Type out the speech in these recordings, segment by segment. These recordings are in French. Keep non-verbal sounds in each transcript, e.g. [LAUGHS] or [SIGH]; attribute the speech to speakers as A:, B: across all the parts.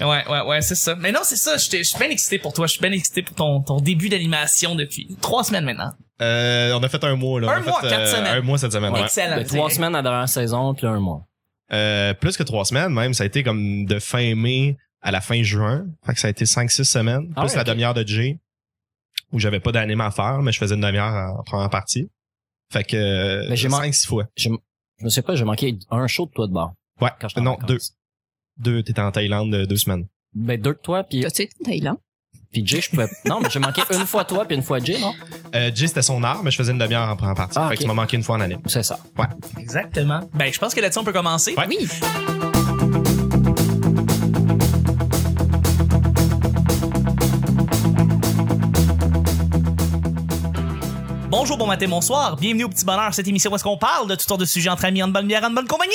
A: ouais, ouais, ouais, c'est ça. Mais non, c'est ça. j'étais- Je suis bien excité pour toi. Je suis bien excité pour ton, ton début d'animation depuis trois semaines maintenant.
B: Euh, on a fait un mois, là. On
A: Un
B: a fait, euh,
A: mois, quatre semaines.
B: Un mois cette semaine, ouais.
A: Excellent.
C: De Ben, trois
A: C'est-
C: semaines à la dernière saison, puis là, un mois.
B: Euh, plus que trois semaines, même. Ça a été comme de fin mai à la fin juin. Fait que ça a été cinq, six semaines. Plus
C: Ah ouais,
B: la
C: ok.
B: demi-heure de Jay, où j'avais pas d'anime à faire, mais je faisais une demi-heure en première partie. Fait que, euh,
C: Mais j'ai
B: cinq,
C: manqué-
B: six fois.
C: Je me sais pas, j'ai manqué un show de toi de bord.
B: Ouais.
C: Quand j'étais en
B: non,
C: vacances.
B: deux. Deux, t'étais en Thaïlande euh, deux semaines.
C: Ben, deux de toi, puis,
D: T'as-tu été en Thaïlande?
C: puis Jay, je pouvais. Non, mais j'ai manqué une fois toi, puis une fois Jay, non?
B: Euh, Jay, c'était son art, mais je faisais une demi-heure en première partie.
C: Ah,
B: fait
C: ok.
B: qu'il m'a manqué une fois en anime.
C: C'est ça.
A: Exactement. Ben, je pense que là-dessus, on peut commencer.
B: Ouais.
D: Oui.
A: Bonjour, bon matin, bonsoir. Bienvenue au Petit Bonheur, cette émission où est-ce qu'on parle de toutes sortes de sujets entre amis, en bonne bière, en bonne compagnie.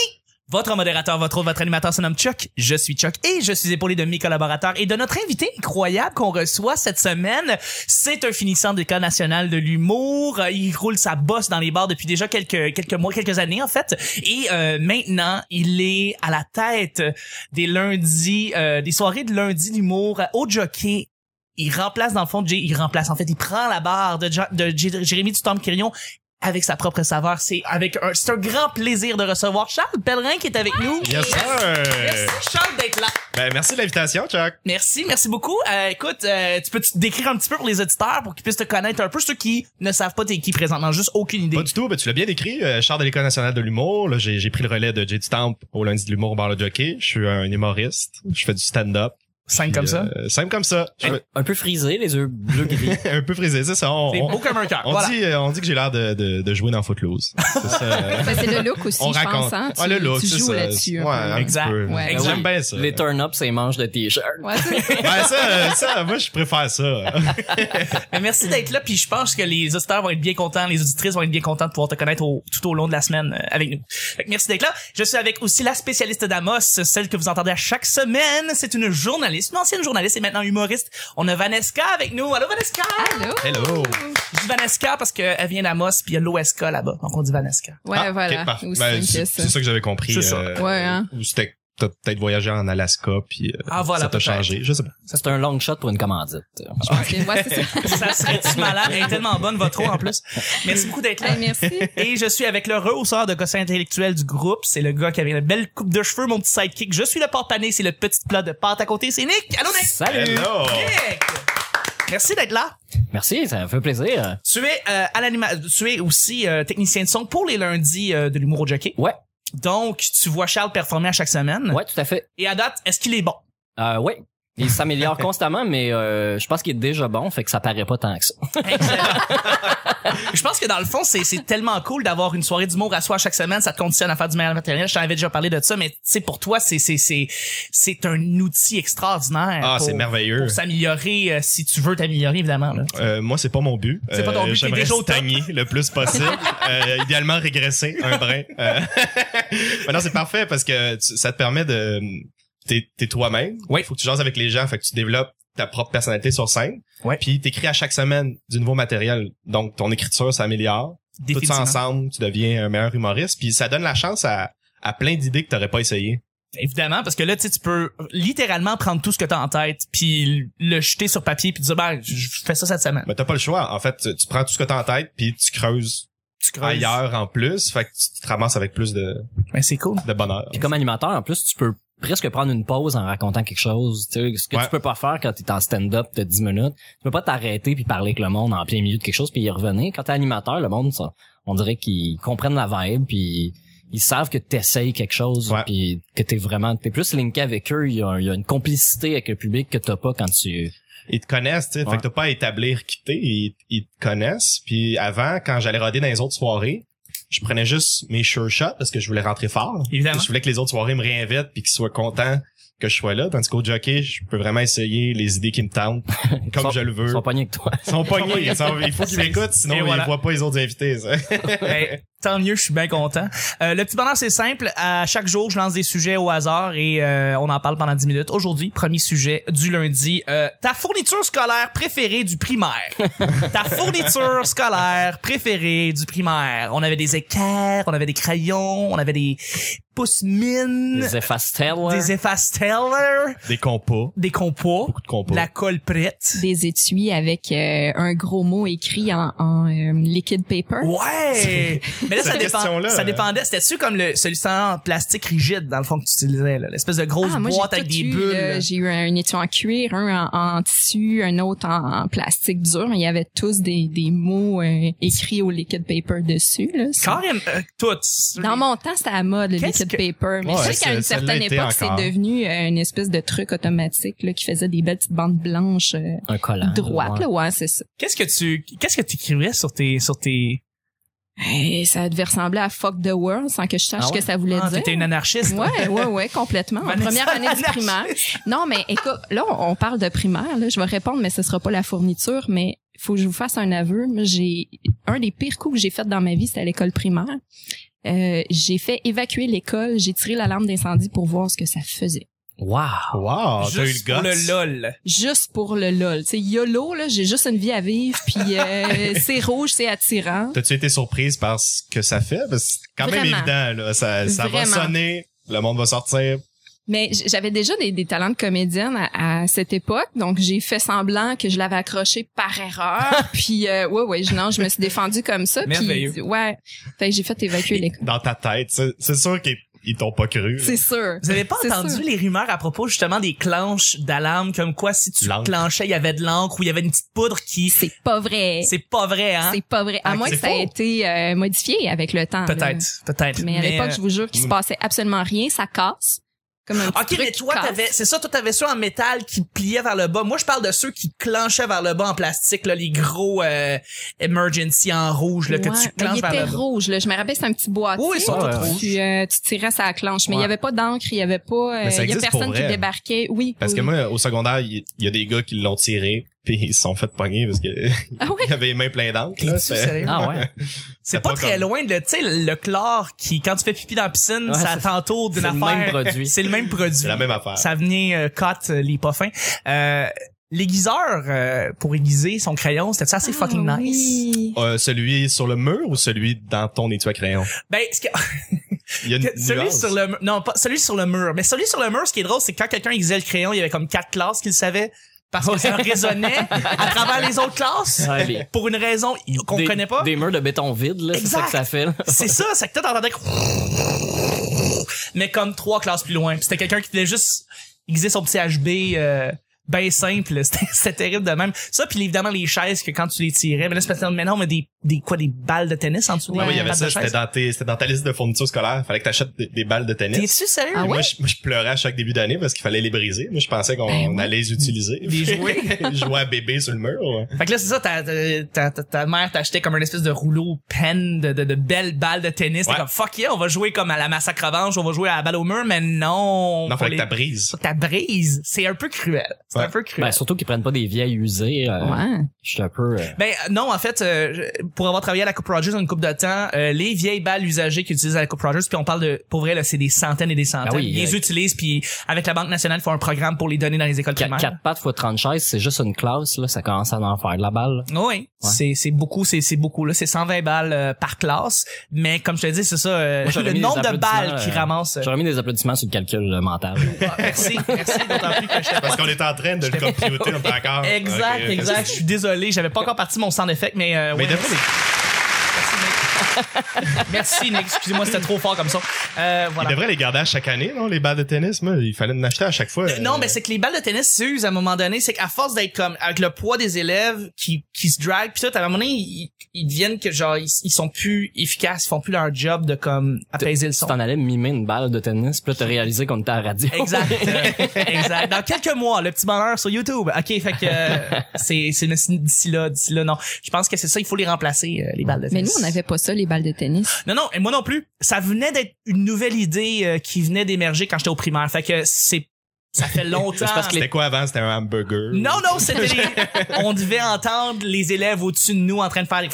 A: Votre modérateur, votre autre, votre animateur se nomme Chuck. Je suis Chuck et je suis épaulé de mes collaborateurs et de notre invité incroyable qu'on reçoit cette semaine. C'est un finissant de cas national de l'humour. Euh, Il roule sa bosse dans les bars depuis déjà quelques, quelques mois, quelques années en fait. Et euh, maintenant, il est à la tête des lundis, euh, des soirées de lundi d'humour euh, au jockey il remplace dans le fond Jay, il remplace en fait il prend la barre de, Ja- de J- Jérémy Dutombe Quirion avec sa propre saveur c'est avec un c'est un grand plaisir de recevoir Charles Pellerin qui est avec nous
B: Yes, sir!
A: Merci Charles d'être là.
B: Ben, merci de l'invitation, Chuck.
A: Merci, merci beaucoup. Euh, écoute, euh, tu peux te décrire un petit peu pour les auditeurs pour qu'ils puissent te connaître un peu ceux qui ne savent pas t'es qui présentement, juste aucune idée.
B: Pas du tout, ben, tu l'as bien décrit. Euh, Char de l'École nationale de l'humour. Là, j'ai, j'ai pris le relais de Jay Stamp au lundi de l'humour au bar le jockey. Je suis un humoriste. Je fais du stand-up.
A: Simple comme ça.
B: Euh, simple comme ça. Je
C: Un, un peu frisé, les yeux
B: [LAUGHS]
C: bleu-gris.
B: fais- un peu frisé, c'est ça. On,
A: C'est
B: on-
A: beau comme un cœur.
B: on
A: Voilà.
B: dit, euh, on dit que j'ai l'air de, de, de jouer dans Footloose. C'est ça, euh,
D: Ben, c'est le look [LAUGHS] aussi,
B: on
D: je
B: raconte.
D: pense. Hein? Tu,
B: Ouais, le look,
D: tu
B: c'est
D: joues
B: ça.
D: là-dessus.
B: Ouais,
D: un
B: un
D: peu.
B: petit
A: Exact.
B: peu.
D: Ouais. hein.
B: Ben, J'aime bien ça.
C: les turn-ups, c'est manches de t-shirt.
D: Ouais, c'est-
B: Ben, ça, ça, moi, je
A: [LAUGHS]
B: préfère ça.
A: Mais Ben, merci d'être là, puis je pense que les auditeurs vont être bien contents, les auditrices vont être bien contents de pouvoir te connaître au- tout au long de la semaine euh, avec nous. Fait que merci d'être là. Je suis avec aussi la spécialiste d'Amos, celle que vous entendez à chaque semaine. C'est une journaliste, une ancienne journaliste et maintenant humoriste. On a Vaneska avec nous. Allô Vaneska!
D: Allô?
B: [LAUGHS] Hello.
A: Je dis Vaneska parce qu'elle vient d'Amos, puis il y a l'OSK là-bas, donc on dit Vaneska.
D: Ouais,
B: Ah,
D: voilà.
B: ok, parfait.
D: Aussi
B: Ben,
D: simple que
B: c'est
D: ça.
B: c'est ça que j'avais compris.
A: C'est ça.
D: Ouais, hein.
B: Ou c'était t'as peut-être voyagé en Alaska, puis euh,
A: Ah, voilà,
B: ça t'a
A: peut-être.
B: changé. Je sais pas.
C: Ça, c'est un long shot pour une commandite.
D: Je pense que- ouais, c'est ça.
A: Ça serait-tu malade? Elle est tellement bonne, votre eau en plus. Merci beaucoup d'être là.
D: Hey, Ben, merci.
A: Et je suis avec le rehausseur de cossin intellectuel du groupe. C'est le gars qui avait une belle coupe de cheveux, mon petit sidekick. Je suis le porte-pané, c'est le petit plat de pâte à côté. C'est Nick! Allô, Nick!
C: Salut!
B: Hello.
A: Nick! Merci d'être là.
C: Merci, ça me fait plaisir.
A: Tu es euh, à l'anima- tu es aussi euh, technicien de son pour les lundis euh, de l'humour au jockey.
C: Ouais,
A: Donc tu vois Charles performer à chaque semaine.
C: ouais, tout à fait.
A: Et à date, est-ce qu'il est bon
C: Euh, ouais.
B: [LAUGHS]
C: Il s'améliore constamment, mais euh, je pense qu'il est déjà bon, fait que ça paraît pas tant que ça.
A: [LAUGHS] Je pense que dans le fond, c'est c'est tellement cool d'avoir une soirée d'humour à soi chaque semaine. Ça te conditionne à faire du meilleur matériel. Je t'en avais déjà parlé de ça, mais tu sais, pour toi, c'est c'est c'est c'est un outil extraordinaire.
B: Ah,
A: pour-
B: c'est merveilleux.
A: Pour s'améliorer, euh, si tu veux t'améliorer, évidemment. Là.
B: Euh, moi, c'est pas mon but. Euh,
A: C'est pas ton but, t'es
B: J'aimerais
A: déjà au top.
B: stagner le plus possible.
A: [LAUGHS]
B: Euh, idéalement, régresser un brin. Euh, [LAUGHS] mais non, c'est parfait parce que tu- ça te permet de... T'es t'es toi-même.
A: Oui.
B: Faut que tu jases avec les gens. Fait que tu développes ta propre personnalité sur scène.
A: Oui.
B: Puis t'écris à chaque semaine du nouveau matériel. Donc, ton écriture s'améliore. Tout ça
A: Définitivement.
B: ensemble, tu deviens un meilleur humoriste. Puis ça donne la chance à, à plein d'idées que t'aurais pas essayé.
A: Évidemment, parce que là, tu sais, tu peux littéralement prendre tout ce que t'as en tête, puis le jeter sur papier, puis te dire, ben, je fais ça cette semaine.
B: Mais t'as pas le choix. En fait, tu, tu prends tout ce que t'as en tête puis tu creuses
A: Tu creuses.
B: ailleurs en plus. Fait que tu te ramasses avec plus de,
A: Ben, c'est cool.
B: de bonheur.
C: Puis comme animateur, en plus, tu peux presque prendre une pause en racontant quelque chose. Tu sais, ce que
B: Ouais.
C: tu peux pas faire quand t'es en stand-up de 10 minutes. Tu peux pas t'arrêter puis parler avec le monde en plein milieu de quelque chose puis y revenir. Quand t'es animateur, le monde, ça, on dirait qu'ils comprennent la vibe puis ils savent que t'essayes quelque chose
B: Ouais.
C: puis que t'es vraiment... T'es plus linké avec eux. Il y, a, un- il y a une complicité avec le public que t'as pas quand tu...
B: ils te connaissent, tu sais. Fait
C: Ouais.
B: que t'as pas à établir qui t'es, ils, ils te connaissent. Puis avant, quand j'allais roder dans les autres soirées, je prenais juste mes sure shots parce que je voulais rentrer fort.
A: Évidemment.
B: Je voulais que les autres soirées me réinvitent puis qu'ils soient contents que je sois là. Tandis qu'au jockey, je peux vraiment essayer les idées qui me tentent comme
C: Sont-
B: je le
C: Ils
B: veux.
C: sont pognés avec toi.
B: Ils sont pognés. Ils sont- Il faut qu'ils m'écoutent, sinon
A: Et
B: ils
A: voilà.
B: voient pas les autres invités. ça.
A: Ben, tant mieux, je suis bien content. Euh, le petit bonheur, c'est simple. À chaque jour, je lance des sujets au hasard et euh, on en parle pendant 10 minutes. Aujourd'hui, premier sujet du lundi. euh, ta fourniture scolaire préférée du
B: [LAUGHS]
A: primaire. ta fourniture scolaire préférée du primaire. On avait des équerres, on avait des crayons, on avait des pouces mines,
C: Les effacetels.
A: des effastellers,
B: Des compas.
A: des compas,
B: Beaucoup de compas.
A: la colle prête.
D: [LAUGHS] Des étuis avec euh, un gros mot écrit en, en, euh, liquid paper.
A: Ouais! Mais là, ça,
B: Cette
A: dépend,
B: question-là,
A: ça
B: euh,
A: dépendait. C'était-tu comme le, celui en plastique rigide, dans le fond, que tu utilisais, là? L'espèce de grosse
D: Ah, moi, j'ai
A: boîte avec
D: tout
A: des
D: eu,
A: bulles.
D: là.
A: là.
D: J'ai eu un étui en cuir, un en, en tissu, un autre en, en plastique dur. Il y avait tous des, des mots euh, écrits au liquid paper dessus. Là. C'est-
A: Carrément, euh, toutes.
D: Dans mon temps, c'était à la mode, le
A: Qu'est-ce
D: liquid
A: que-
D: paper. Mais
B: Ouais,
D: je sais qu'à
B: ça-
D: une
B: ça
D: certaine
B: l'était
D: époque, c'est
B: encore.
D: devenu euh, une espèce de truc automatique là, qui faisait des belles petites bandes blanches euh,
C: Un collant.
D: droites.
C: ouais.
D: Là, ouais, c'est ça.
A: Qu'est-ce que tu, qu'est-ce que tu écrivais sur tes, sur tes,
D: Et ça devait ressembler à Fuck the World sans que je sache
C: Ah
D: ce
C: ouais?
D: que ça voulait
A: Ah,
D: dire.
A: t'étais une anarchiste. toi.
D: Ouais, ouais, ouais, complètement.
A: [LAUGHS]
D: En
A: Vanessa,
D: première année du
A: l'anarchiste.
D: primaire. Non, mais écoute, là, on on parle de primaire. Là, je vais répondre, mais ce sera pas la fourniture. Mais faut que je vous fasse un aveu. Moi, J'ai un des pires coups que j'ai fait dans ma vie, c'était à l'école primaire. Euh, j'ai fait évacuer l'école. J'ai tiré l'alarme d'incendie pour voir ce que ça faisait.
C: Wow.
B: Wow, Ah, t'as eu
A: Juste
B: le
A: pour
B: gars.
A: le lol.
D: Juste pour le lol. Tu sais, YOLO, là, j'ai juste une vie à vivre.
A: [LAUGHS]
D: Puis euh, c'est rouge, c'est attirant.
B: T'as-tu été surprise par ce que ça fait? Parce que c'est quand même
D: Vraiment.
B: évident, là. Ça, ça va
D: Vraiment.
B: sonner, le monde va sortir.
D: Mais j- j'avais déjà des, des talents de comédienne à, à cette époque, donc j'ai fait semblant que je l'avais accroché par
A: [LAUGHS]
D: erreur. puis euh, ouais, ouais, je- non, je me suis défendue comme ça.
A: Merveilleux.
D: Puis ouais, fait que j'ai fait évacuer l'école.
B: Dans ta tête. C'est c'est sûr qu'ils ils t'ont pas cru.
D: C'est sûr.
A: Vous avez pas
D: C'est
A: entendu
D: sûr.
A: les rumeurs à propos justement des clenches d'alarme comme quoi si tu
B: L'encre.
A: clenchais, il y avait de l'encre ou il y avait une petite poudre qui
D: C'est pas vrai.
A: c'est pas vrai hein.
D: C'est pas vrai.
A: Ah,
D: À moins
A: c'est
D: que ça
A: faux.
D: ait été euh, modifié avec le temps. là.
A: Peut-être, peut-être. euh,
D: Mais à l'époque, je vous jure qu'il
B: Mm.
D: se passait absolument rien. Ça casse. Comme un petit
A: OK,
D: truc
A: mais
D: qui
A: toi
D: casse.
A: t'avais c'est ça toi t'avais ceux en métal qui pliaient vers le bas. Moi je parle de ceux qui clenchaient vers le bas en plastique là les gros euh, emergency en rouge là que
D: Ouais,
A: tu
D: mais
A: clenches
D: il
A: vers
D: était
A: le bas.
D: rouge. Là. Je me rappelle, c'est un petit boîtier.
A: Oui, ils sont
C: Ouais,
A: tous
C: ouais.
A: rouges.
D: Tu, euh, tu tirais ça à la clenche. Mais il
C: Ouais.
D: y avait pas d'encre, il y avait pas, euh,
B: Mais ça
D: il y a
B: existe pour
D: personne qui
B: vrai.
D: débarquait. Oui.
B: Parce que
D: oui.
B: moi, au secondaire, il il y, a des gars qui l'ont tiré, puis ils se sont fait pogner parce que [LAUGHS]
D: Ah ouais.
B: il avait les mains pleines d'encre.
A: T'es-tu
B: là. C'est-
A: sérieux?
C: Ah ouais.
A: C'est
B: C'est
A: pas
B: pas
A: très
B: comme-
A: loin de, tu sais, le chlore qui, quand tu fais pipi dans la piscine,
C: Ouais,
A: ça
C: c'est-
A: t'entoure d'une
C: c'est le même
A: affaire.
C: produit.
A: [LAUGHS] C'est le même produit.
B: C'est la même affaire.
A: Ça venait euh, cote euh, les pas fins. Euh, L'aiguiseur, euh, pour aiguiser son crayon, c'était assez fucking
D: Ah
A: nice.
D: oui.
B: Euh, celui sur le mur ou celui dans ton étui à crayon?
A: Ben, ce que-
B: Il y a une
A: celui
B: nuance.
A: sur le mur, non, pas celui sur le mur. Mais celui sur le mur, ce qui est drôle, c'est que quand quelqu'un aiguisait le crayon, il y avait comme quatre classes qu'il savait. Parce que ça résonnait à travers les autres classes.
C: Ouais, les-
A: Pour une raison qu'on
C: Des-
A: connaît pas.
C: Des murs de béton vide, là. C'est ça
A: Exact.
C: que ça fait, là.
A: C'est ça, c'est que toi t'entendais que- Mais comme trois classes plus loin. Puis c'était quelqu'un qui voulait juste aiguiser son petit HB euh, ben simple. [LAUGHS] C'était c'était terrible de même. Ça, puis évidemment les chaises que quand tu les tirais, mais là c'est parce que maintenant on met des, des quoi, des balles de tennis en dessous.
B: Ah
A: des
B: oui, il y avait
A: pattes
B: ça,
A: de
B: c'était
A: chaise.
B: dans, tes- c'était dans ta liste de fournitures scolaires. Fallait que t'achètes des, des balles de tennis.
A: T'es-tu sérieux?
B: Et
D: Ah ouais?
B: moi, je, moi, je pleurais à chaque début d'année parce qu'il fallait les briser. Moi, je pensais qu'on
D: Ben ouais.
B: allait les utiliser.
A: Les
B: [LAUGHS]
A: jouer.
B: jouer à bébé sur le mur.
A: Fait que là, c'est ça, ta, ta, ta, ta mère t'achetait comme une espèce de rouleau pen de, de, de belles balles de tennis. T'es
B: Ouais.
A: comme, fuck yeah, on va jouer comme à la massacre revanche, on va jouer à la balle au mur, mais non.
B: Non,
A: faut
B: fallait que
A: les-
B: t'as brise.
A: ta brise. C'est un peu cruel. C'est
B: Ouais.
A: un peu cruel.
C: Ben, surtout qu'ils prennent pas des vieilles usées. euh,
D: Ouais.
C: Je suis un peu. euh,
A: Ben euh, non, en fait, euh, je- pour avoir travaillé à la Coupe Rogers une coupe de temps, euh, les vieilles balles usagées qu'ils utilisent à la Coupe Rogers, puis on parle de, pour vrai, là, c'est des centaines et des centaines.
C: Ah oui,
A: ils les
C: euh,
A: utilisent, puis avec la Banque nationale, ils font un programme pour les donner dans les écoles
C: Quatre,
A: primaires.
C: quatre pattes fois 30 chaises, c'est juste une classe, là. Ça commence à en faire de la balle, là.
A: Oui, c'est c'est beaucoup, c'est c'est beaucoup là, c'est 120 balles euh, par classe, mais comme je te dis, c'est ça euh,
C: Moi, j'aurais
A: le
C: mis
A: nombre
C: des
A: de balles
C: applaudissements,
A: qu'ils
C: euh,
A: ramassent. euh,
C: J'aurais mis des applaudissements sur le calcul
A: [LAUGHS]
C: euh, mental.
A: ah, merci, merci d'autant plus que je t'ai-
B: Parce qu'on était en train de le computer, on était
A: [LAUGHS]
B: encore.
A: Exact,
B: Ok,
A: exact. Je suis désolé, j'avais pas encore parti mon sound effect, mais euh,
B: Mais
A: ouais,
B: d'après les-
A: merci Nick. merci Nick, excusez-moi, c'était trop fort comme ça. Euh,
B: Il
A: voilà.
B: devrait les garder à chaque année, non, les balles de tennis? Moi, il fallait en acheter à chaque fois.
A: Euh, Non, mais c'est que les balles de tennis s'usent à un moment donné. C'est qu'à force d'être comme avec le poids des élèves qui, qui se draguent, puis tout, à un moment donné, ils, ils deviennent que genre ils, ils sont plus efficaces, ils font plus leur job de comme apaiser le
C: Tu
A: son.
C: t'en allais mimer une balle de tennis, puis là, t'as réalisé qu'on était à la radio. [LAUGHS]
A: Exact, euh, exact. Dans quelques mois, le petit bonheur sur YouTube. Ok, fait que euh, c'est c'est mais c'est d'ici là, d'ici là, non. Je pense que c'est ça, il faut les remplacer euh, les balles de
D: Mais nous,
A: tennis.
D: on n'avait pas ça, les balles de tennis.
A: Non, non, et moi non plus. Ça venait d'être une nouvelle idée euh, qui venait d'émerger quand j'étais au primaire. Fait que c'est ça
C: [LAUGHS]
A: fait longtemps.
C: C'est parce que les-
B: C'était quoi avant? C'était un hamburger?
A: Non, non, c'était les... on devait entendre les élèves au-dessus de nous en train de faire les...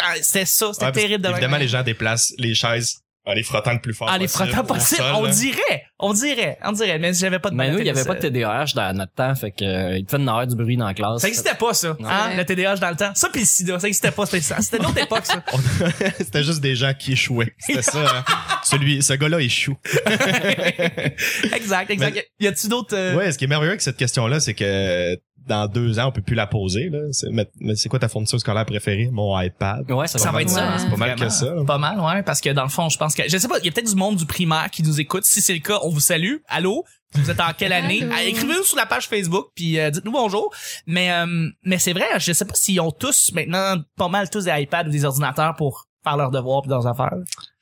A: Ah, [LAUGHS] C'était ça, c'était
B: Ouais, parce
A: terrible de même.
B: Évidemment, les gens déplacent les chaises en les frottant le plus fort
A: Ah, les
B: possible
A: frottants
B: au
A: possibles,
B: sol,
A: on
B: là.
A: dirait, on dirait, on dirait, mais j'avais pas de
C: Mais Ben, nous, il y
A: balles
C: avait pas de
A: tennis,
C: TDAH dans notre temps, fait que euh, il te fait une heure du bruit dans la
A: euh,
C: classe.
A: Ça existait pas, ça, hein,
D: Ouais.
A: le TDAH dans le temps. Ça pis
B: [LAUGHS]
A: le sida, ça existait pas, c'était ça. C'était d'autres époques, ça.
B: C'était juste des gens qui échouaient. C'était ça. hein. Celui, ce gars-là est chou.
A: Exact, exact. Y a-tu d'autres... euh,
B: Ouais, ce qui est merveilleux avec cette question-là, c'est que dans deux ans, on peut plus la poser. Là. C'est, mais, mais c'est quoi ta fourniture scolaire préférée? Mon iPad.
C: Ouais, ça,
A: Ça
C: va
A: va être
D: Ouais.
A: ça. hein?
B: C'est pas mal
A: Vraiment.
B: que ça.
A: Pas mal, ouais, parce que dans le fond, je pense que... Je sais pas, il y a peut-être du monde du primaire qui nous écoute. Si c'est le cas, on vous salue. Allô? Vous êtes en quelle année?
D: Allô?
A: Ah, Écrivez-nous sur la page Facebook, puis euh, dites-nous bonjour. Mais euh, mais c'est vrai, je sais pas s'ils ont tous, maintenant, pas mal tous des iPads ou des ordinateurs pour faire leurs devoirs puis leurs affaires.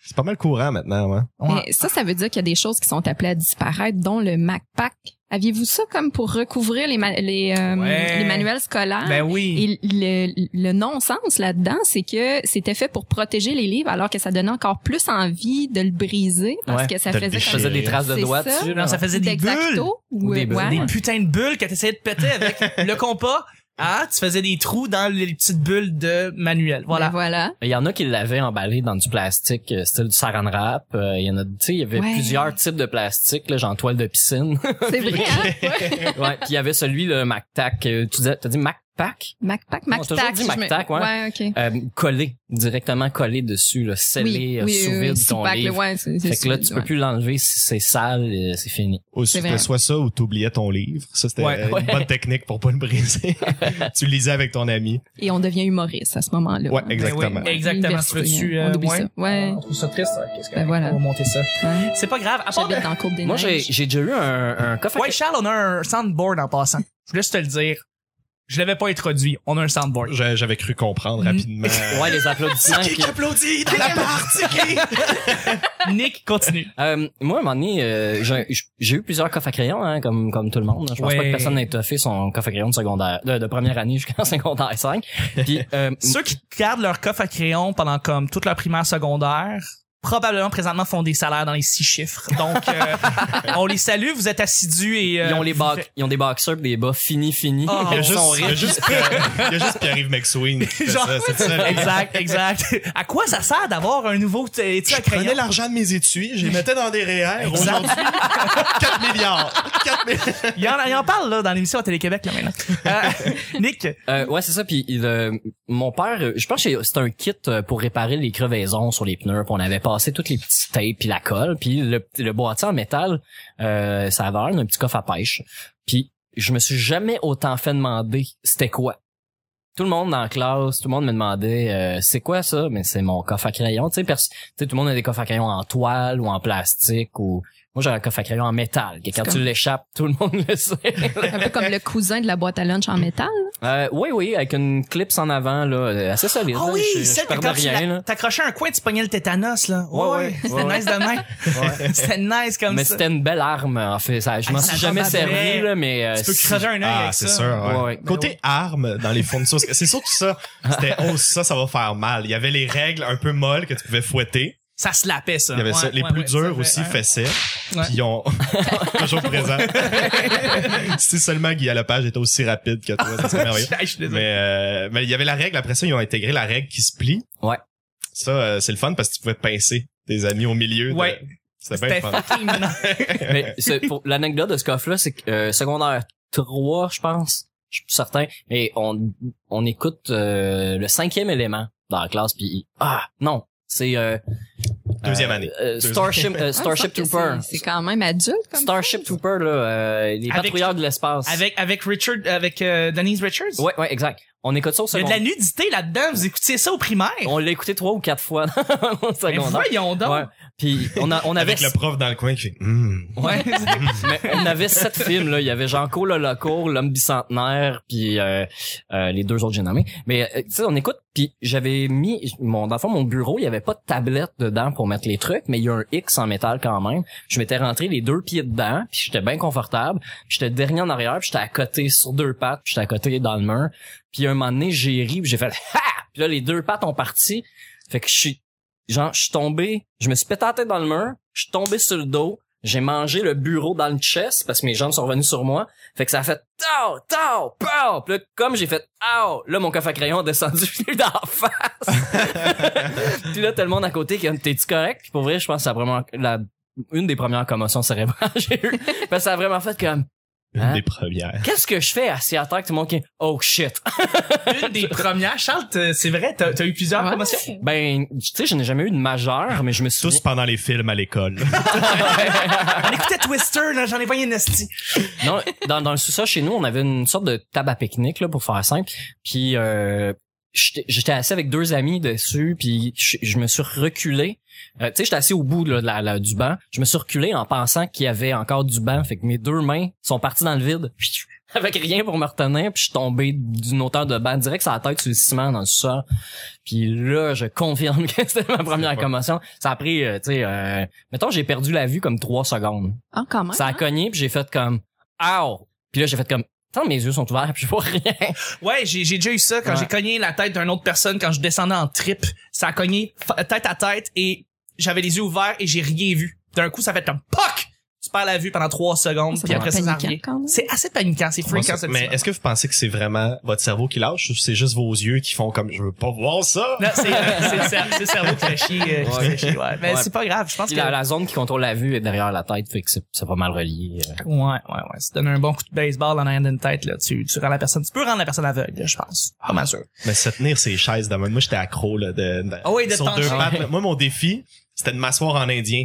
B: C'est pas mal courant maintenant. hein.
A: Ouais.
D: Mais ça, ça veut dire qu'il y a des choses qui sont appelées à disparaître, dont le MacPack. Aviez-vous ça comme pour recouvrir les, ma- les, euh,
A: Ouais.
D: les manuels scolaires?
A: Ben oui.
D: Et le, le non-sens là-dedans, c'est que c'était fait pour protéger les livres, alors que ça donnait encore plus envie de le briser parce
C: Ouais,
D: que ça
B: de le
D: faisait
C: Je
B: déchirer.
D: comme
C: faisais des traces de
D: C'est
C: doigts
D: ça.
C: dessus.
A: Non,
C: là.
A: ça faisait des bulles.
D: d'exacto. Ou,
C: Des
D: euh,
C: bulles.
D: ouais.
A: Des putains de bulles que t'essayais de péter
D: [LAUGHS]
A: avec le compas. Ah, tu faisais des trous dans les petites bulles de manuel.
D: Ben
A: Voilà.
D: voilà.
C: Il y en a qui l'avaient emballé dans du plastique euh, style du saran wrap. Euh, Il y en a, tu sais, il y avait
D: Ouais.
C: plusieurs types de plastique, là, genre toile de piscine.
D: C'est vrai,
C: [LAUGHS]
D: hein?
C: ouais, puis il y avait celui le MacTac. euh, Tu disais, t'as dit MacPac
D: MacPack,
C: On a toujours
D: MacTac.
C: dit
D: je me-
C: MacTac, ouais.
D: Ouais, ok.
C: euh, collé directement collé dessus, là, scellé euh, sous vide
D: six
C: ton
D: pack,
C: livre.
D: ouais, c'est- c'est
C: Fait que là,
D: sous-
C: tu
D: ouais.
C: peux plus l'enlever si c'est sale, euh, c'est fini.
B: Ou
D: C'est
B: c'était
D: vrai.
B: soit ça ou t'oubliais ton livre. Ça, c'était
A: Ouais,
B: une
C: ouais.
B: bonne technique pour pas le briser. tu le lisais avec ton ami.
D: Et on devient humoriste à ce moment-là.
B: Ouais,
D: hein.
B: exactement.
A: Ben oui, exactement. Tu
D: Université,
A: veux-tu,
D: on
A: euh,
D: oublie
A: ouais?
D: ça. Ouais.
A: Ah, on trouve ça triste. Ok, c'est correct.
D: Ben voilà.
A: On va monter ça.
D: Ouais.
A: C'est pas grave. À part de-
D: J'habite dans le cours des
C: Ah. Moi, j'ai
D: Neiges.
C: j'ai déjà eu un, un coffre à
A: Ouais, Charles, on a un soundboard en passant.
D: [LAUGHS]
A: Je voulais juste te le dire. Je l'avais pas introduit. On a un soundboard.
B: Je- J'avais cru comprendre
A: Mm.
B: rapidement.
C: Ouais, les applaudissements. qui-
B: applaudit dans la partie?
A: [LAUGHS] Nick, continue.
C: Euh, moi, à un moment donné, euh, j'ai- j'ai eu plusieurs coffres à crayons, hein, comme, comme tout le monde. Je pense pas
A: Ouais.
C: que personne n'ait toffé son coffre à crayons de secondaire, de, de première année jusqu'en [LAUGHS] secondaire 5. Puis, euh,
A: Ceux qui gardent leur coffre à crayon pendant comme toute leur primaire secondaire, probablement présentement font des salaires dans les six chiffres. Donc,
D: [LAUGHS]
A: euh, on les salue. Vous êtes assidus et... euh,
C: ils ont les
A: vous
C: box-
A: faites-
C: ils ont des boxers pis des bas finis, finis.
A: Oh.
B: Il y a
C: Ils
B: juste,
C: sont
B: il y a
C: riches.
B: juste, il y a juste Pierre-Yves McSween. qui fait
A: Genre,
B: ça, c'est ça.
A: exact, exact. À quoi ça sert d'avoir un nouveau t- étui à
B: Je prenais
A: crayon?
B: l'argent de mes étuis, je les mettais dans des REER.
A: Exact.
B: Aujourd'hui, 4 milliards. 4 milliards.
A: Il en, il en parle, là, dans l'émission à Télé-Québec, là, maintenant. Euh,
B: [LAUGHS]
A: Nick,
C: Euh, ouais, c'est ça. Puis il, euh, mon père, euh, je pense que c'est- c'est un kit euh, pour réparer les crevaisons sur les pneus. Puis on avait passé toutes les petites tapes puis la colle. Puis le, le boîtier en métal, euh, ça avait l'air d'un petit coffre à pêche. Puis je me suis jamais autant fait demander c'était quoi. Tout le monde dans la classe, tout le monde me demandait euh, c'est quoi ça Mais c'est mon coffre à crayon. Tu sais, pers- tu sais, tout le monde a des coffres à crayon en toile ou en plastique ou moi j'ai un coffre à crayon en métal. Que quand
D: C'est
C: tu
D: comme-
C: l'échappes, tout le monde [LAUGHS] le sait.
D: Un peu comme le cousin de la boîte à lunch en métal.
C: Euh, oui, oui, avec une clipse en avant, là, euh, assez solide.
A: Ah
C: là,
A: oui,
C: je, je
A: celle que
C: perds
A: quand
C: de
A: tu
C: rien,
A: la-
C: là.
A: t'accrochais un coin, tu pognais le tétanos, là. Ouais,
C: Ouais,
A: ouais.
C: ouais,
A: C'était
C: ouais.
A: nice de
B: [LAUGHS]
A: même. C'était nice comme
C: Mais
A: ça.
C: c'était une belle arme, en fait. Ça, je m'en
A: Ah, ça
C: suis jamais
A: s'en va bien.
C: servi, là, mais... euh,
A: Tu peux
C: si-
A: crever un œil
B: Ah,
A: avec ça.
B: c'est sûr. ouais.
C: Ouais, ouais.
B: Côté armes dans les fournitures, c'est surtout ça. C'était oh ça, ça va faire mal. Il y avait les règles un peu molles que tu pouvais fouetter.
A: Ça se lapait, ça.
B: Il y avait
A: Ouais,
B: ça. Les
A: ouais, hein.
B: plus
A: ouais,
B: durs
A: ça
B: aussi
A: fait-
B: fessaient.
A: Ouais.
B: Puis ils ont toujours présent. si seulement Guy Lepage était aussi rapide que toi, ça
A: [LAUGHS]
B: serait merveilleux.
A: Je suis désolé.
B: Mais euh, mais il y avait la règle. Après ça, ils ont intégré la règle qui se plie.
C: Ouais.
B: Ça, euh, c'est le fun parce que tu pouvais te pincer tes amis au milieu. de-
A: Ouais.
B: C'était bien
A: C'était
B: fun.
A: fucking
B: [LAUGHS]
A: nice.
C: mais c'est-
A: [LAUGHS]
C: pour l'anecdote de ce coffre-là, c'est que euh, secondaire 3, je pense, je suis plus certain, mais on, on écoute euh, le cinquième élément dans la classe, puis... Ah, non, c'est... euh,
B: Deuxième
C: euh,
B: année.
C: euh,
B: Deuxième.
C: Starship, euh,
D: Ouais,
C: Starship
D: Ah, je pense que
C: Trooper.
D: c'est- C'est quand même adulte comme
C: Starship Trooper, là, euh, les
A: Avec-
C: patrouilleurs de l'espace.
A: Avec, avec Richard, avec euh, Denise Richards.
C: Ouais, ouais, exact. On écoute ça au
A: Il y a de
C: secondaire.
A: la nudité là-dedans. Vous écoutiez ça au primaire.
C: On l'a écouté trois ou quatre fois [LAUGHS] au
A: Mais
C: secondaire.
A: voyons donc.
C: Ouais. Puis on, a, on avait
B: Avec le prof dans le coin qui fait. Hmm.
A: Ouais.
C: [LAUGHS] mais on avait sept films là, il y avait Jean Claude Loloco, l'homme bicentenaire, puis euh, euh, les deux autres que j'ai nommés. Mais euh, tu sais on écoute puis j'avais mis mon dans le fond mon bureau, il y avait pas de tablette dedans pour mettre les trucs, mais il y a un X en métal quand même. Je m'étais rentré les deux pieds dedans, puis j'étais bien confortable. J'étais dernier en arrière, puis j'étais à côté sur deux pattes, puis j'étais à côté dans le mur. Puis un moment donné, j'ai ri, puis j'ai fait ha! Puis là les deux pattes ont parti. Fait que je suis genre je suis tombé, je me suis pété la tête dans le mur, je suis tombé sur le dos, j'ai mangé le bureau dans le chest parce que mes jambes sont revenues sur moi. Fait que ça a fait tau, tau, pow. Puis là, comme j'ai fait tau, là, mon coffre à crayon a descendu [LAUGHS] d'en face. puis là, tout le monde à côté qui a dit, t'es-tu correct? Puis pour vrai, je pense que c'est la première- la- une des premières commotions cérébrales que j'ai eues. Parce que ça a vraiment fait comme,
B: Une
C: Hein?
B: des premières.
C: Qu'est-ce que je fais assis à terre que tout le monde qui oh shit
A: Une
B: [LAUGHS]
A: des premières. Charles, t'as- c'est vrai, t'as as eu plusieurs
D: Ouais.
A: promotions.
C: ben tu sais je n'ai jamais eu de majeure mais je me souviens
B: Tous pendant les films à l'école.
A: On écoutait Twister, là, j'en ai pas une esti.
C: non, dans, dans le sous-sol chez nous, on avait une sorte de table à pique-nique là pour faire simple. Puis euh, j'étais j'étais assis avec deux amis dessus, puis je, je me suis reculé. Euh, tu sais, j'étais assis au bout là, de la- la- du banc. Je me suis reculé en pensant qu'il y avait encore du banc. Fait que mes deux mains sont parties dans le vide. [LAUGHS] Avec rien pour me retenir, puis je suis tombé d'une hauteur de banc direct sur la tête sur le ciment dans le sol. Puis là, je confirme [LAUGHS] que c'était ma première
B: pas-
C: commotion. Ça a pris, euh, tu sais, euh, mettons, j'ai perdu la vue comme trois secondes.
D: Ah, quand même.
C: Ça a cogné, puis j'ai fait comme Ow! Puis là, j'ai fait comme Tant mes yeux sont ouverts, [LAUGHS] puis je vois rien.
A: Ouais, j'ai j'ai déjà eu ça quand
C: Ouais.
A: j'ai cogné la tête d'une autre personne quand je descendais en trip. Ça a cogné fa- tête à tête et j'avais les yeux ouverts et j'ai rien vu. D'un coup, ça fait comme POC! Tu perds la vue pendant trois secondes,
D: Ça
A: puis
D: doit
A: après
D: être
A: ça, ça
D: paniquant,
A: revient.
D: quand même.
A: C'est assez paniquant, c'est
B: Moi,
A: freakant. ce
B: ça- mais
A: petit-
B: est-ce que vous pensez que c'est vraiment votre cerveau qui lâche ou c'est juste vos yeux qui font comme je veux pas voir ça?
A: Non, c'est euh, c'est le cer- c'est le cerveau qui fait chier. euh, qui
C: Ouais.
A: fait chier, ouais. Mais
C: Ouais.
A: c'est pas grave, je pense
C: Puis
A: que...
C: la, la zone qui contrôle la vue est derrière la tête, fait que c'est c'est pas mal relié. euh.
A: Ouais, ouais, ouais. Ça donne un bon coup de baseball en arrière d'une tête, là. Tu, tu rends la personne, tu peux rendre la personne aveugle, je pense. Pas mal sûr.
B: Mais se tenir ces chaises de même. Moi, j'étais accro, là, de, de-
A: Ah oui, de
B: sur
A: te
B: deux
A: pencher.
B: pattes. là. Moi, mon défi, c'était de m'asseoir en indien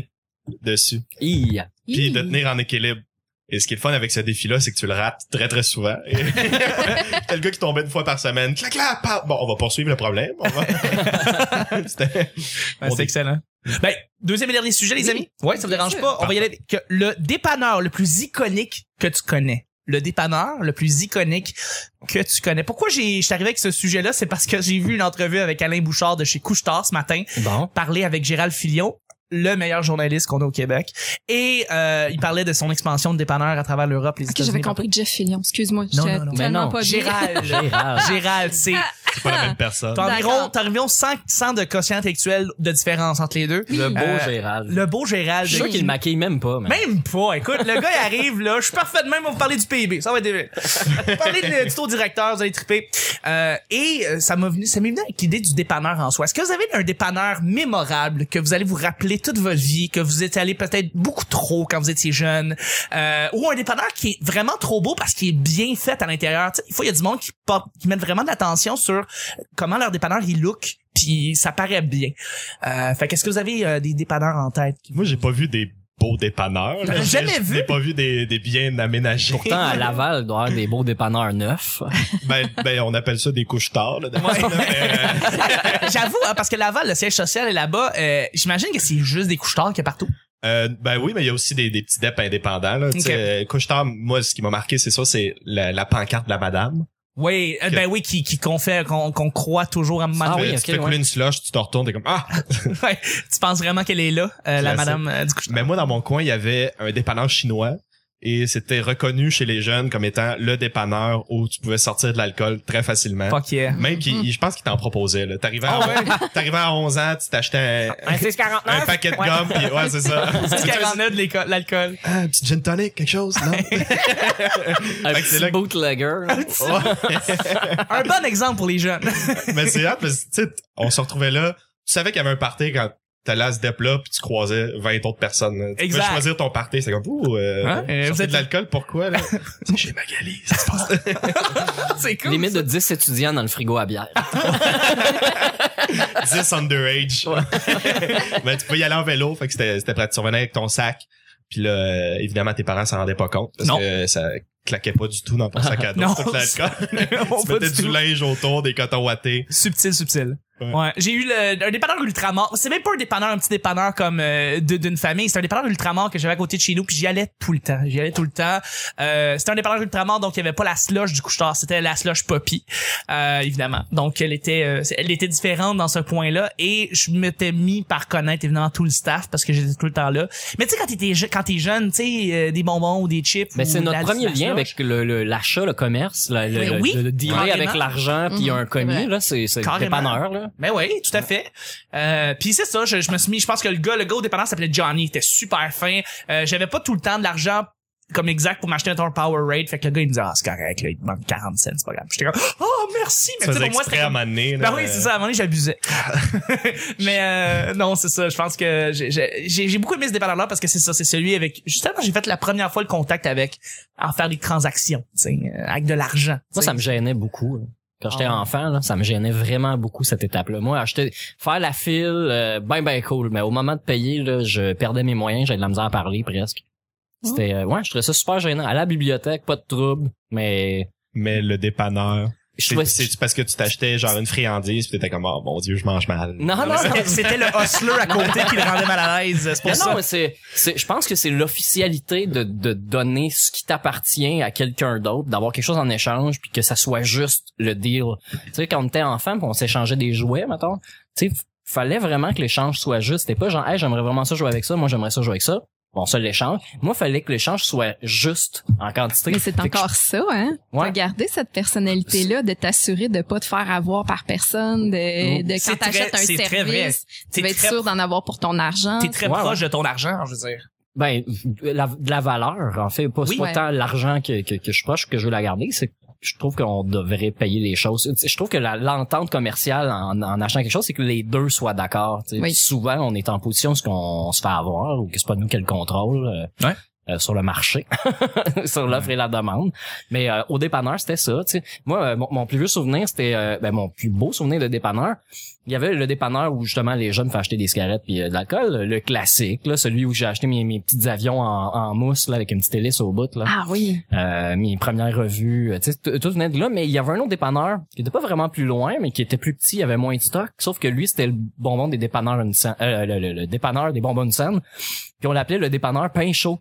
B: dessus.
C: Hi.
B: Puis de
D: Hi.
B: tenir en équilibre. Et ce qui est le fun avec ce défi-là, c'est que tu le rates très, très souvent. Et- [LAUGHS] T'as le gars qui tombait une fois par semaine. Clac, clac, pow. Bon, on va poursuivre le problème. On va- [LAUGHS] C'était-
A: Ouais,
B: On
A: c'est
B: dé-
A: excellent. Ben, deuxième et dernier sujet, les
D: Oui.
A: amis. Ouais, ça vous
D: Bien
A: dérange
D: sûr.
A: pas. On va y aller. avec- Que le dépanneur le plus iconique que tu connais. Le dépanneur le plus iconique que tu connais. Pourquoi j'ai, je suis arrivé avec ce sujet-là? C'est parce que j'ai vu une entrevue avec Alain Bouchard de chez Couche-Tard ce matin.
C: Bon.
A: parler avec Gérald Filion, le meilleur journaliste qu'on a au Québec. Et euh, il parlait de son expansion de dépanneur à travers l'Europe, les
D: Ok,
A: États-Unis.
D: j'avais compris Jeff Fillion. Excuse-moi.
A: non,
D: j'étais
A: non, mais
D: tellement
C: non.
D: pas bien.
A: Gérald.
D: [LAUGHS]
C: Gérald.
A: Gérald, c'est
B: C'est pas la même personne.
A: t'as environ,
D: D'accord.
A: t'as environ 100, 100 de quotient intellectuel de différence entre les deux.
C: Le beau
A: Euh,
C: Gérald.
A: Le beau Gérald. Ben,
C: Je suis sûr
A: de-
C: qu'il le maquille même pas, mais.
A: Même pas. Écoute, le gars, il arrive, là. Je suis parfait de même. On va vous parler du PIB. Ça va être... Parler du taux directeur, vous allez triper. Euh, et euh, ça m'a venu, ça m'est venu avec l'idée du dépanneur en soi. Est-ce que vous avez un dépanneur mémorable que vous allez vous rappeler toute votre vie, que vous êtes allé peut-être beaucoup trop quand vous étiez jeune, euh, ou un dépanneur qui est vraiment trop beau parce qu'il est bien fait à l'intérieur? Tu sais, Des fois, il y a du monde qui, porte, qui mettent vraiment de l'attention sur comment leur dépanneur, il look, puis ça paraît bien. Euh, fait qu'est-ce que vous avez euh, des dépanneurs en tête qui
B: Moi, j'ai pas vu des beaux dépanneurs. là.
A: J'ai jamais
B: J'ai-
A: vu.
B: J'ai pas vu des, des biens aménagés.
C: Pourtant, à Laval, il doit y avoir des beaux dépanneurs
A: [LAUGHS]
C: neufs.
B: ben, ben, on appelle ça des couches tard, là. d'habitude, là, mais, euh,
A: [LAUGHS] J'avoue, hein, parce que Laval, le siège social est là-bas. euh, J'imagine que c'est juste des couches-tard qu'il y a partout.
B: euh, ben oui, mais il y a aussi des, des petits dep indépendants, là. Tu
A: Ok.
B: sais, euh, couche tard, moi, ce qui m'a marqué, c'est ça, c'est la, la pancarte de la madame.
A: Oui, euh, ben oui, qui, qui qu'on fait, qu'on qu'on croit toujours à un moment
C: Ah
A: donné.
C: oui,
B: Euh,
C: ok,
B: tu fais couler
C: ouais.
B: une slush, tu te retournes, t'es comme, ah!
A: Ouais. Tu penses vraiment qu'elle est là, euh, la
B: Classique.
A: madame euh, du couche-tard.
B: Mais moi, dans mon coin, il y avait un dépanneur chinois. Et c'était reconnu chez les jeunes comme étant le dépanneur où tu pouvais sortir de l'alcool très facilement.
A: Fuck yeah.
B: Même qu'il, il- je pense qu'il t'en proposait, là. T'arrivais à, [LAUGHS] t'arrivais à 11 ans, tu t'achetais un,
A: Un 649.
B: un paquet de gomme, pis ouais, c'est ça. Tu fais-
A: 649 de l'éco- l'alcool.
B: Ah, un petit gin tonic, quelque chose, non?
C: Un
B: que c'est
C: petit
B: là-
C: bootlegger.
A: Un bon exemple pour les jeunes. [LAUGHS]
B: Mais c'est hâte, parce que, tu sais, on se retrouvait là. Tu savais qu'il y avait un party quand t'allais à ce dep-là, pis tu croisais 20 autres personnes. là. Tu pouvais
A: Exact.
B: choisir ton party. C'est comme, ouh, euh,
A: Hein? Euh,
B: sortez
A: vous êtes-
B: de l'alcool, pourquoi,
A: [LAUGHS]
B: là? C'est chez Magali, ça se passe.
A: c'est cool.
C: Limite de 10 étudiants dans le frigo à bière.
A: Ah,
B: 10 underage. [LAUGHS] Mais tu peux y aller en vélo, fait que c'était c'était pratique. Tu revenais avec ton sac. Puis là, euh, évidemment, tes parents s'en rendaient pas compte parce
A: Non.
B: que ça claquait pas du tout dans ton sac
A: [LAUGHS]
B: à dos,
A: Non,
B: toute l'alcool.
A: On
B: tu
A: va
B: mettais
A: du
B: du
A: tout.
B: linge autour, des cotons wattés.
A: Subtil, subtil. Ouais.
B: Ouais.
A: J'ai eu le- un dépanneur ultramar. C'est même pas un dépanneur, un petit dépanneur comme euh, de- d'une famille. C'est un dépanneur ultramar que j'avais à côté de chez nous, puis j'y allais tout le temps. J'y allais tout le temps. Euh, c'était un dépanneur ultramar, donc il y avait pas la slush du couche-tard, c'était la slush Poppy, euh, évidemment. Donc elle était, euh, c'est- elle était différente dans ce point-là, et je m'étais mis par connaître évidemment tout le staff parce que j'étais tout le temps là. Mais tu sais quand t'es je- quand t'es jeune, tu sais euh, des bonbons ou des chips. ou
C: Mais Ben, c'est
A: de
C: notre
A: la-
C: premier
A: la slush.
C: lien avec le- le- l'achat, le, commerce, le, le,
A: Mais oui,
C: le- le dealer
A: carrément. Mmh,
C: avec l'argent, puis
D: Mhm,
C: un
D: c'est
C: commis,
D: vrai.
C: là, c'est c'est
A: Carrément.
C: dépanneur, là.
A: Ben oui, tout à fait. Euh, puis c'est ça, je, je me suis mis, je pense que le gars, le gars au dépendant s'appelait Johnny, il était super fin. Euh, j'avais pas tout le temps de l'argent comme exact pour m'acheter un Thor Power Raid. Fait que le gars, il me dit, ah, c'est correct, là, il te manque 40 cents, c'est pas grave. Puis J'étais comme, oh, merci, mais
B: Ça
A: tu sais,
B: faisait euh,
A: pour moi,
B: exprès
A: c'était
B: à m'amener.
A: ben oui, c'est ça. À un moment donné,
B: [LAUGHS]
A: j'abusais. mais euh, non, c'est ça. Je pense que j'ai- j'ai j'ai- j'ai beaucoup aimé ce dépanneur-là parce que c'est ça, c'est celui avec... Justement, j'ai fait la première fois le contact avec en faire des transactions, tu sais, euh, avec de l'argent. tu
C: Moi,
A: sais.
C: ça me gênait beaucoup. là. Quand j'étais
A: Ah.
C: enfant, là, ça me gênait vraiment beaucoup cette étape-là. Moi, acheter, faire la file, euh, ben ben cool, mais au moment de payer, là, je perdais mes moyens, j'avais de la misère à parler presque.
A: Oh.
C: C'était, euh, ouais, je trouvais ça super gênant. À la bibliothèque, pas de trouble, mais
B: Mais le dépanneur.
C: je
B: C'est
C: trouvais.
B: c'est parce que tu t'achetais genre une friandise, puis t'étais comme, oh mon dieu, je mange mal.
C: Non, [LAUGHS] non, non.
A: Ah, C'était- C'était le hustler à côté qui le rendait mal à l'aise. C'est pour
C: Mais
A: ça.
C: non, mais c'est, c'est, je pense que c'est l'officialité de, de donner ce qui t'appartient à quelqu'un d'autre, d'avoir quelque chose en échange, puis que ça soit juste le deal. Tu sais, quand on était enfant, puis on s'échangeait des jouets, mettons, tu sais, f- fallait vraiment que l'échange soit juste. C'était pas genre, hey, j'aimerais vraiment ça jouer avec ça, moi j'aimerais ça jouer avec ça. Bon, on se l'échange. Moi, fallait que l'échange soit juste en quantité.
D: Mais c'est
C: Fait que
D: encore ça, hein?
C: Ouais.
D: T'as gardé cette personnalité-là de t'assurer de pas te faire avoir par personne, de, de
A: C'est
D: quand t'achètes
A: très-
D: un
A: c'est très vrai.
D: service, tu
A: T'es
D: vas être
A: très-
D: sûr d'en avoir pour ton argent.
A: T'es très
C: Ouais,
A: proche de ton argent, je veux dire.
C: ben la, de la valeur en fait pas,
A: Oui.
C: c'est pas
D: Ouais.
C: tant l'argent que, que, que je proche que je veux la garder c'est que je trouve qu'on devrait payer les choses je trouve que la- l'entente commerciale en, en achetant quelque chose c'est que les deux soient d'accord tu sais.
D: Oui.
C: souvent on est en position ce qu'on se fait avoir ou que c'est pas nous qui le contrôle euh,
A: Ouais.
C: euh, sur le marché [LAUGHS] sur l'offre et la demande mais euh, au dépanneur c'était ça tu sais moi euh, mon, mon plus vieux souvenir c'était euh, ben, mon plus beau souvenir de dépanneur il y avait le dépanneur où justement les jeunes faisaient acheter des cigarettes puis euh, de l'alcool, le classique, là, celui où j'ai acheté mes, mes petits avions en, en mousse là, avec une petite hélice au bout, là.
D: Ah oui.
C: Euh, mes premières revues, euh, tu sais, tout tout venait de là, mais il y avait un autre dépanneur qui était pas vraiment plus loin, mais qui était plus petit, il y avait moins de stock, sauf que lui c'était le bonbon des dépanneurs une scène, euh, le, le- le dépanneur des bonbons une scène, puis on l'appelait le dépanneur pain chaud.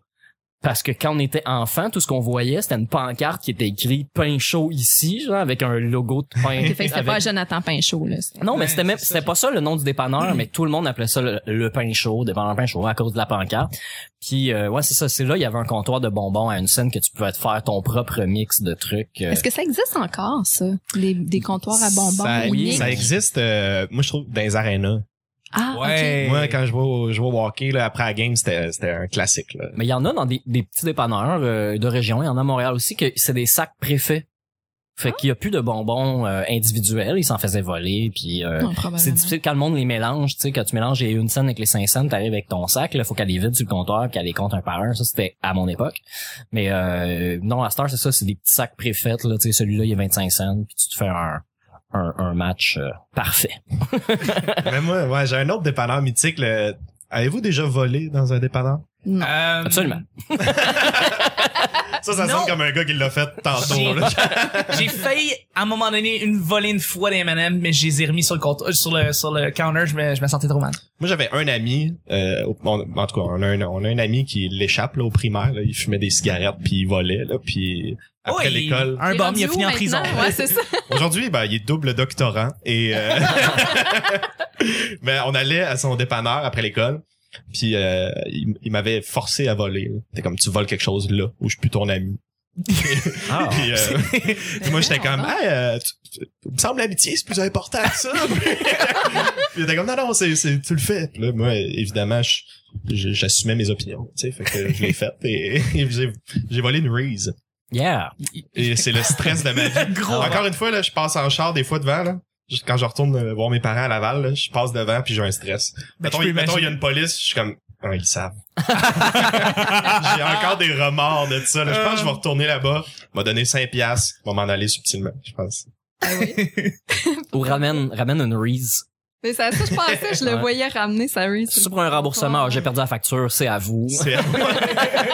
C: Parce que quand on était enfant, tout ce qu'on voyait, c'était une pancarte qui était écrite pain chaud ici, genre, avec un logo de pain.
D: Fait que c'était
C: avec-
D: pas Jonathan Pinchot, là. C'est-
C: non, mais
A: Ouais,
C: c'était même,
A: c'est ça.
C: c'était pas ça le nom du dépanneur, mais tout le monde appelait ça le, le pain chaud, dépanneur pain chaud, à cause de la pancarte. Puis, euh, ouais, c'est ça, c'est là, il y avait un comptoir de bonbons à une scène que tu pouvais te faire ton propre mix de trucs. euh,
D: Est-ce que ça existe encore, ça? Les, des comptoirs à bonbons
B: Ça,
D: uniques?
B: ça existe, euh, moi je trouve, dans les arénas.
D: Ah, ok.
B: Moi, quand je vais, au- je vais au hockey, là, après la game, c'était c'était un classique. Là.
C: Mais il y en a dans des, des petits dépanneurs euh, de région, il y en a à Montréal aussi, que c'est des sacs préfets.
A: Ah.
C: Fait qu'il y a plus de bonbons euh, individuels, ils s'en faisaient voler, puis... euh,
D: Non, probablement.
C: c'est difficile quand le monde les mélange, tu sais, quand tu mélanges les une scène avec les cinq cents, t'arrives avec ton sac, là, faut qu'elle les vide sur le comptoir, qu'elle les compte un par un, ça c'était à mon époque. Mais euh, non, à Star, c'est ça, c'est des petits sacs préfaits, là, tu sais, celui-là il est 25 cents, puis tu te fais un un, un match euh, parfait.
B: [LAUGHS] Mais moi, ouais, j'ai un autre dépanneur mythique. le- Avez-vous déjà volé dans un dépanneur?
D: Non.
A: Euh,
C: Absolument.
B: Ça, ça
A: Non.
B: sonne comme un gars qui l'a fait
A: J'ai-
B: tantôt. là.
A: [LAUGHS] J'ai failli, à un moment donné, une volée une fois des M&M, mais je les ai remis sur le, compte, euh, sur le, sur le counter, je me, je me sentais trop mal.
B: Moi, j'avais un ami, euh, au- on- en tout cas, on a un, on a un ami qui l'échappe là, au primaire. là. il fumait des cigarettes, puis il volait, là, puis après
A: Oh, il-
B: l'école.
A: Un
D: T'es
A: bomb,
D: rendu
A: il a fini
D: où
A: en prison.
D: maintenant?
A: [LAUGHS]
D: Ouais, c'est ça.
B: Aujourd'hui, ben, il est double doctorant. Et euh, [LAUGHS] ben, on allait à son dépanneur après l'école. Puis euh, il, il m'avait forcé à voler. là. T'es comme, tu voles quelque chose là, où je suis plus ton ami.
C: Ah.
B: Puis, euh, [LAUGHS]
A: [LAUGHS]
B: Puis moi, j'étais comme,
D: non.
B: hey, euh, tu- tu- il me semble l'amitié, c'est plus important que ça. [LAUGHS] Puis il était comme, non, non, c'est, c'est, tu le fais. Puis là, moi, évidemment, je- je- j'assumais mes opinions, tu sais, fait que je l'ai faite et, [LAUGHS] et j'ai, j'ai volé une Reese.
C: [LAUGHS] Yeah.
B: Et c'est le stress de ma vie.
A: Gros.
B: Ah, Encore une fois, là, je passe en char des fois devant, là. Juste Quand je retourne euh, voir mes parents à Laval, là, je passe devant puis j'ai un stress.
A: Ben,
B: mettons,
A: je peux
B: il, mettons, il y a
A: imaginer.
B: une police, je suis comme, Ah, ils
A: [LAUGHS]
B: le savent. j'ai encore des remords de ça, là. Je pense que je vais
A: Euh.
B: retourner là-bas, m'a donné 5 piastres, m'a m'en aller subtilement, je pense.
C: Ou ramène ramène une Reese.
D: Mais ça, ça, je pensais, je le
C: Ouais.
D: voyais ramener sa Reese.
C: C'est pour un remboursement, Ah, j'ai perdu la facture, c'est à vous.
B: C'est-
A: [LAUGHS]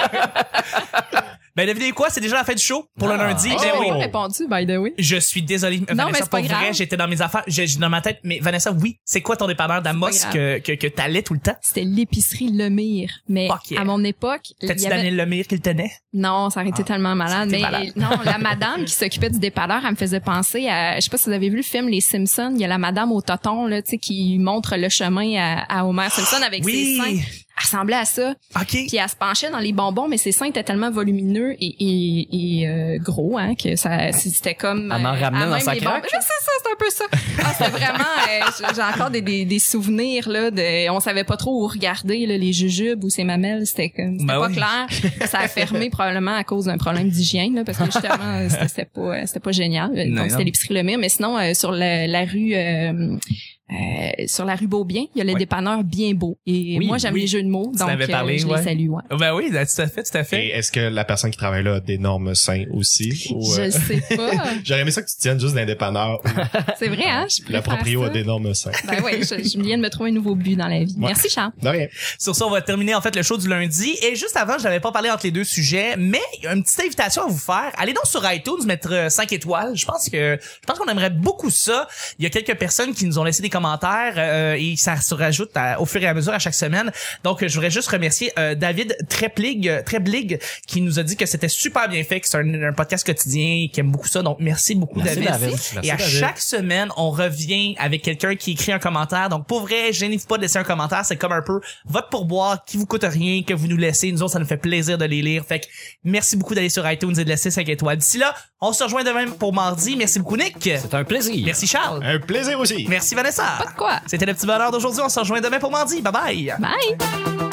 A: Ben, devinez quoi, c'est déjà la fin du show pour le
C: Ah.
A: lundi.
D: Hey,
A: Ben
D: J'avais
A: oui.
D: pas
B: Oh!
D: répondu, by the way.
A: Je suis désolé, Vanessa,
D: mais c'est
A: pour
D: pas
A: vrai,
D: grave.
A: j'étais dans mes affaires, j'ai j'ai dans ma tête, mais Vanessa, oui, c'est quoi ton dépanneur d'Amos
D: C'est pas
A: que, que, que t'allais tout le temps?
D: C'était l'épicerie Lemire. Mais
A: Fuck yeah.
D: à mon époque, il
A: T'as-tu
D: y avait...
A: Daniel Lemire qui le tenait?
D: Non, ça aurait été
A: Ah,
D: tellement malade.
A: c'était
D: Mais
A: malade.
D: non, la madame qui s'occupait du dépanneur, elle me faisait penser à, je sais pas si vous avez vu le film Les Simpsons, il y a la madame au toton, là, tu sais, qui montre le chemin à, à Homer Simpson avec ses seins. elle ressemblait à ça.
A: OK.
D: Puis elle se penchait dans les bonbons, mais ses seins étaient tellement volumineux et, et, et, euh, gros hein, que ça, c'était comme...
C: Elle en
D: euh,
C: ramenait
D: à
C: dans
D: même
C: sa
D: les
C: craque.
D: bonbons. Mais C'est ça, c'est un peu ça. Ah, c'était vraiment... euh, j'ai- j'ai encore des, des, des souvenirs, là, de, on savait pas trop où regarder, là, les jujubes ou ses mamelles, c'était comme... C'était
A: Ben
D: pas
A: oui.
D: clair. Ça
A: [LAUGHS]
D: a fermé probablement à cause d'un problème d'hygiène, là, parce que justement, euh, c'était- c'était pas, euh, c'était pas génial.
A: Non,
D: Donc,
A: non.
D: c'était l'épicerie Le Mire. Mais sinon, euh, sur la, la rue... euh, euh, sur la rue Beaubien, il y a le
A: Ouais.
D: dépanneur bien beau. Et
A: Oui,
D: moi, j'aime
A: oui.
D: les jeux de mots,
A: Tu
D: donc
A: m'avais
D: euh,
A: parlé,
D: je
A: ouais.
D: les salue. ouais.
A: Ben oui, là, tout à fait, tout à fait.
B: Et est-ce que la personne qui travaille là a d'énormes seins aussi? ou,
D: Je
B: euh,
D: le sais pas.
B: J'aurais aimé ça que tu tiennes
A: [LAUGHS]
B: juste d'indépendant.
D: C'est vrai, hein? Je
B: [LAUGHS] La
D: préfère
B: proprio
D: ça.
B: a d'énormes seins.
D: Ben oui, je, je viens de me trouver un nouveau but dans la vie.
B: Ouais.
D: Merci, Charles.
B: De rien.
A: Sur ça, on va terminer en fait le show du lundi. Et juste avant, je n'avais pas parlé entre les deux sujets, mais il y a une petite invitation à vous faire. Allez donc sur iTunes mettre euh, 5 étoiles. Je pense que je pense qu'on aimerait beaucoup ça. Il y a quelques personnes qui nous ont laissé des commentaires euh, et ça se rajoute à- au fur et à mesure à chaque semaine. Donc euh, je voudrais juste remercier euh, David Treplig, euh, Treblig qui nous a dit que c'était super bien fait, que c'est un, un podcast quotidien, qui aime beaucoup ça. Donc merci beaucoup
C: Merci,
A: David.
C: David.
A: Et à chaque semaine, on revient avec quelqu'un qui écrit un commentaire. Donc, pour vrai, gênez-vous pas de laisser un commentaire. C'est comme un peu votre pourboire qui vous coûte rien, que vous nous laissez. Nous autres, ça nous fait plaisir de les lire. Fait que merci beaucoup d'aller sur iTunes et de laisser 5 étoiles. D'ici là, on se rejoint demain pour mardi. Merci beaucoup, Nick.
C: C'est un plaisir.
A: Merci, Charles.
B: Un plaisir aussi.
A: Merci, Vanessa.
D: Pas de quoi.
A: C'était le petit bonheur d'aujourd'hui. On se rejoint demain pour mardi. Bye bye.
D: Bye!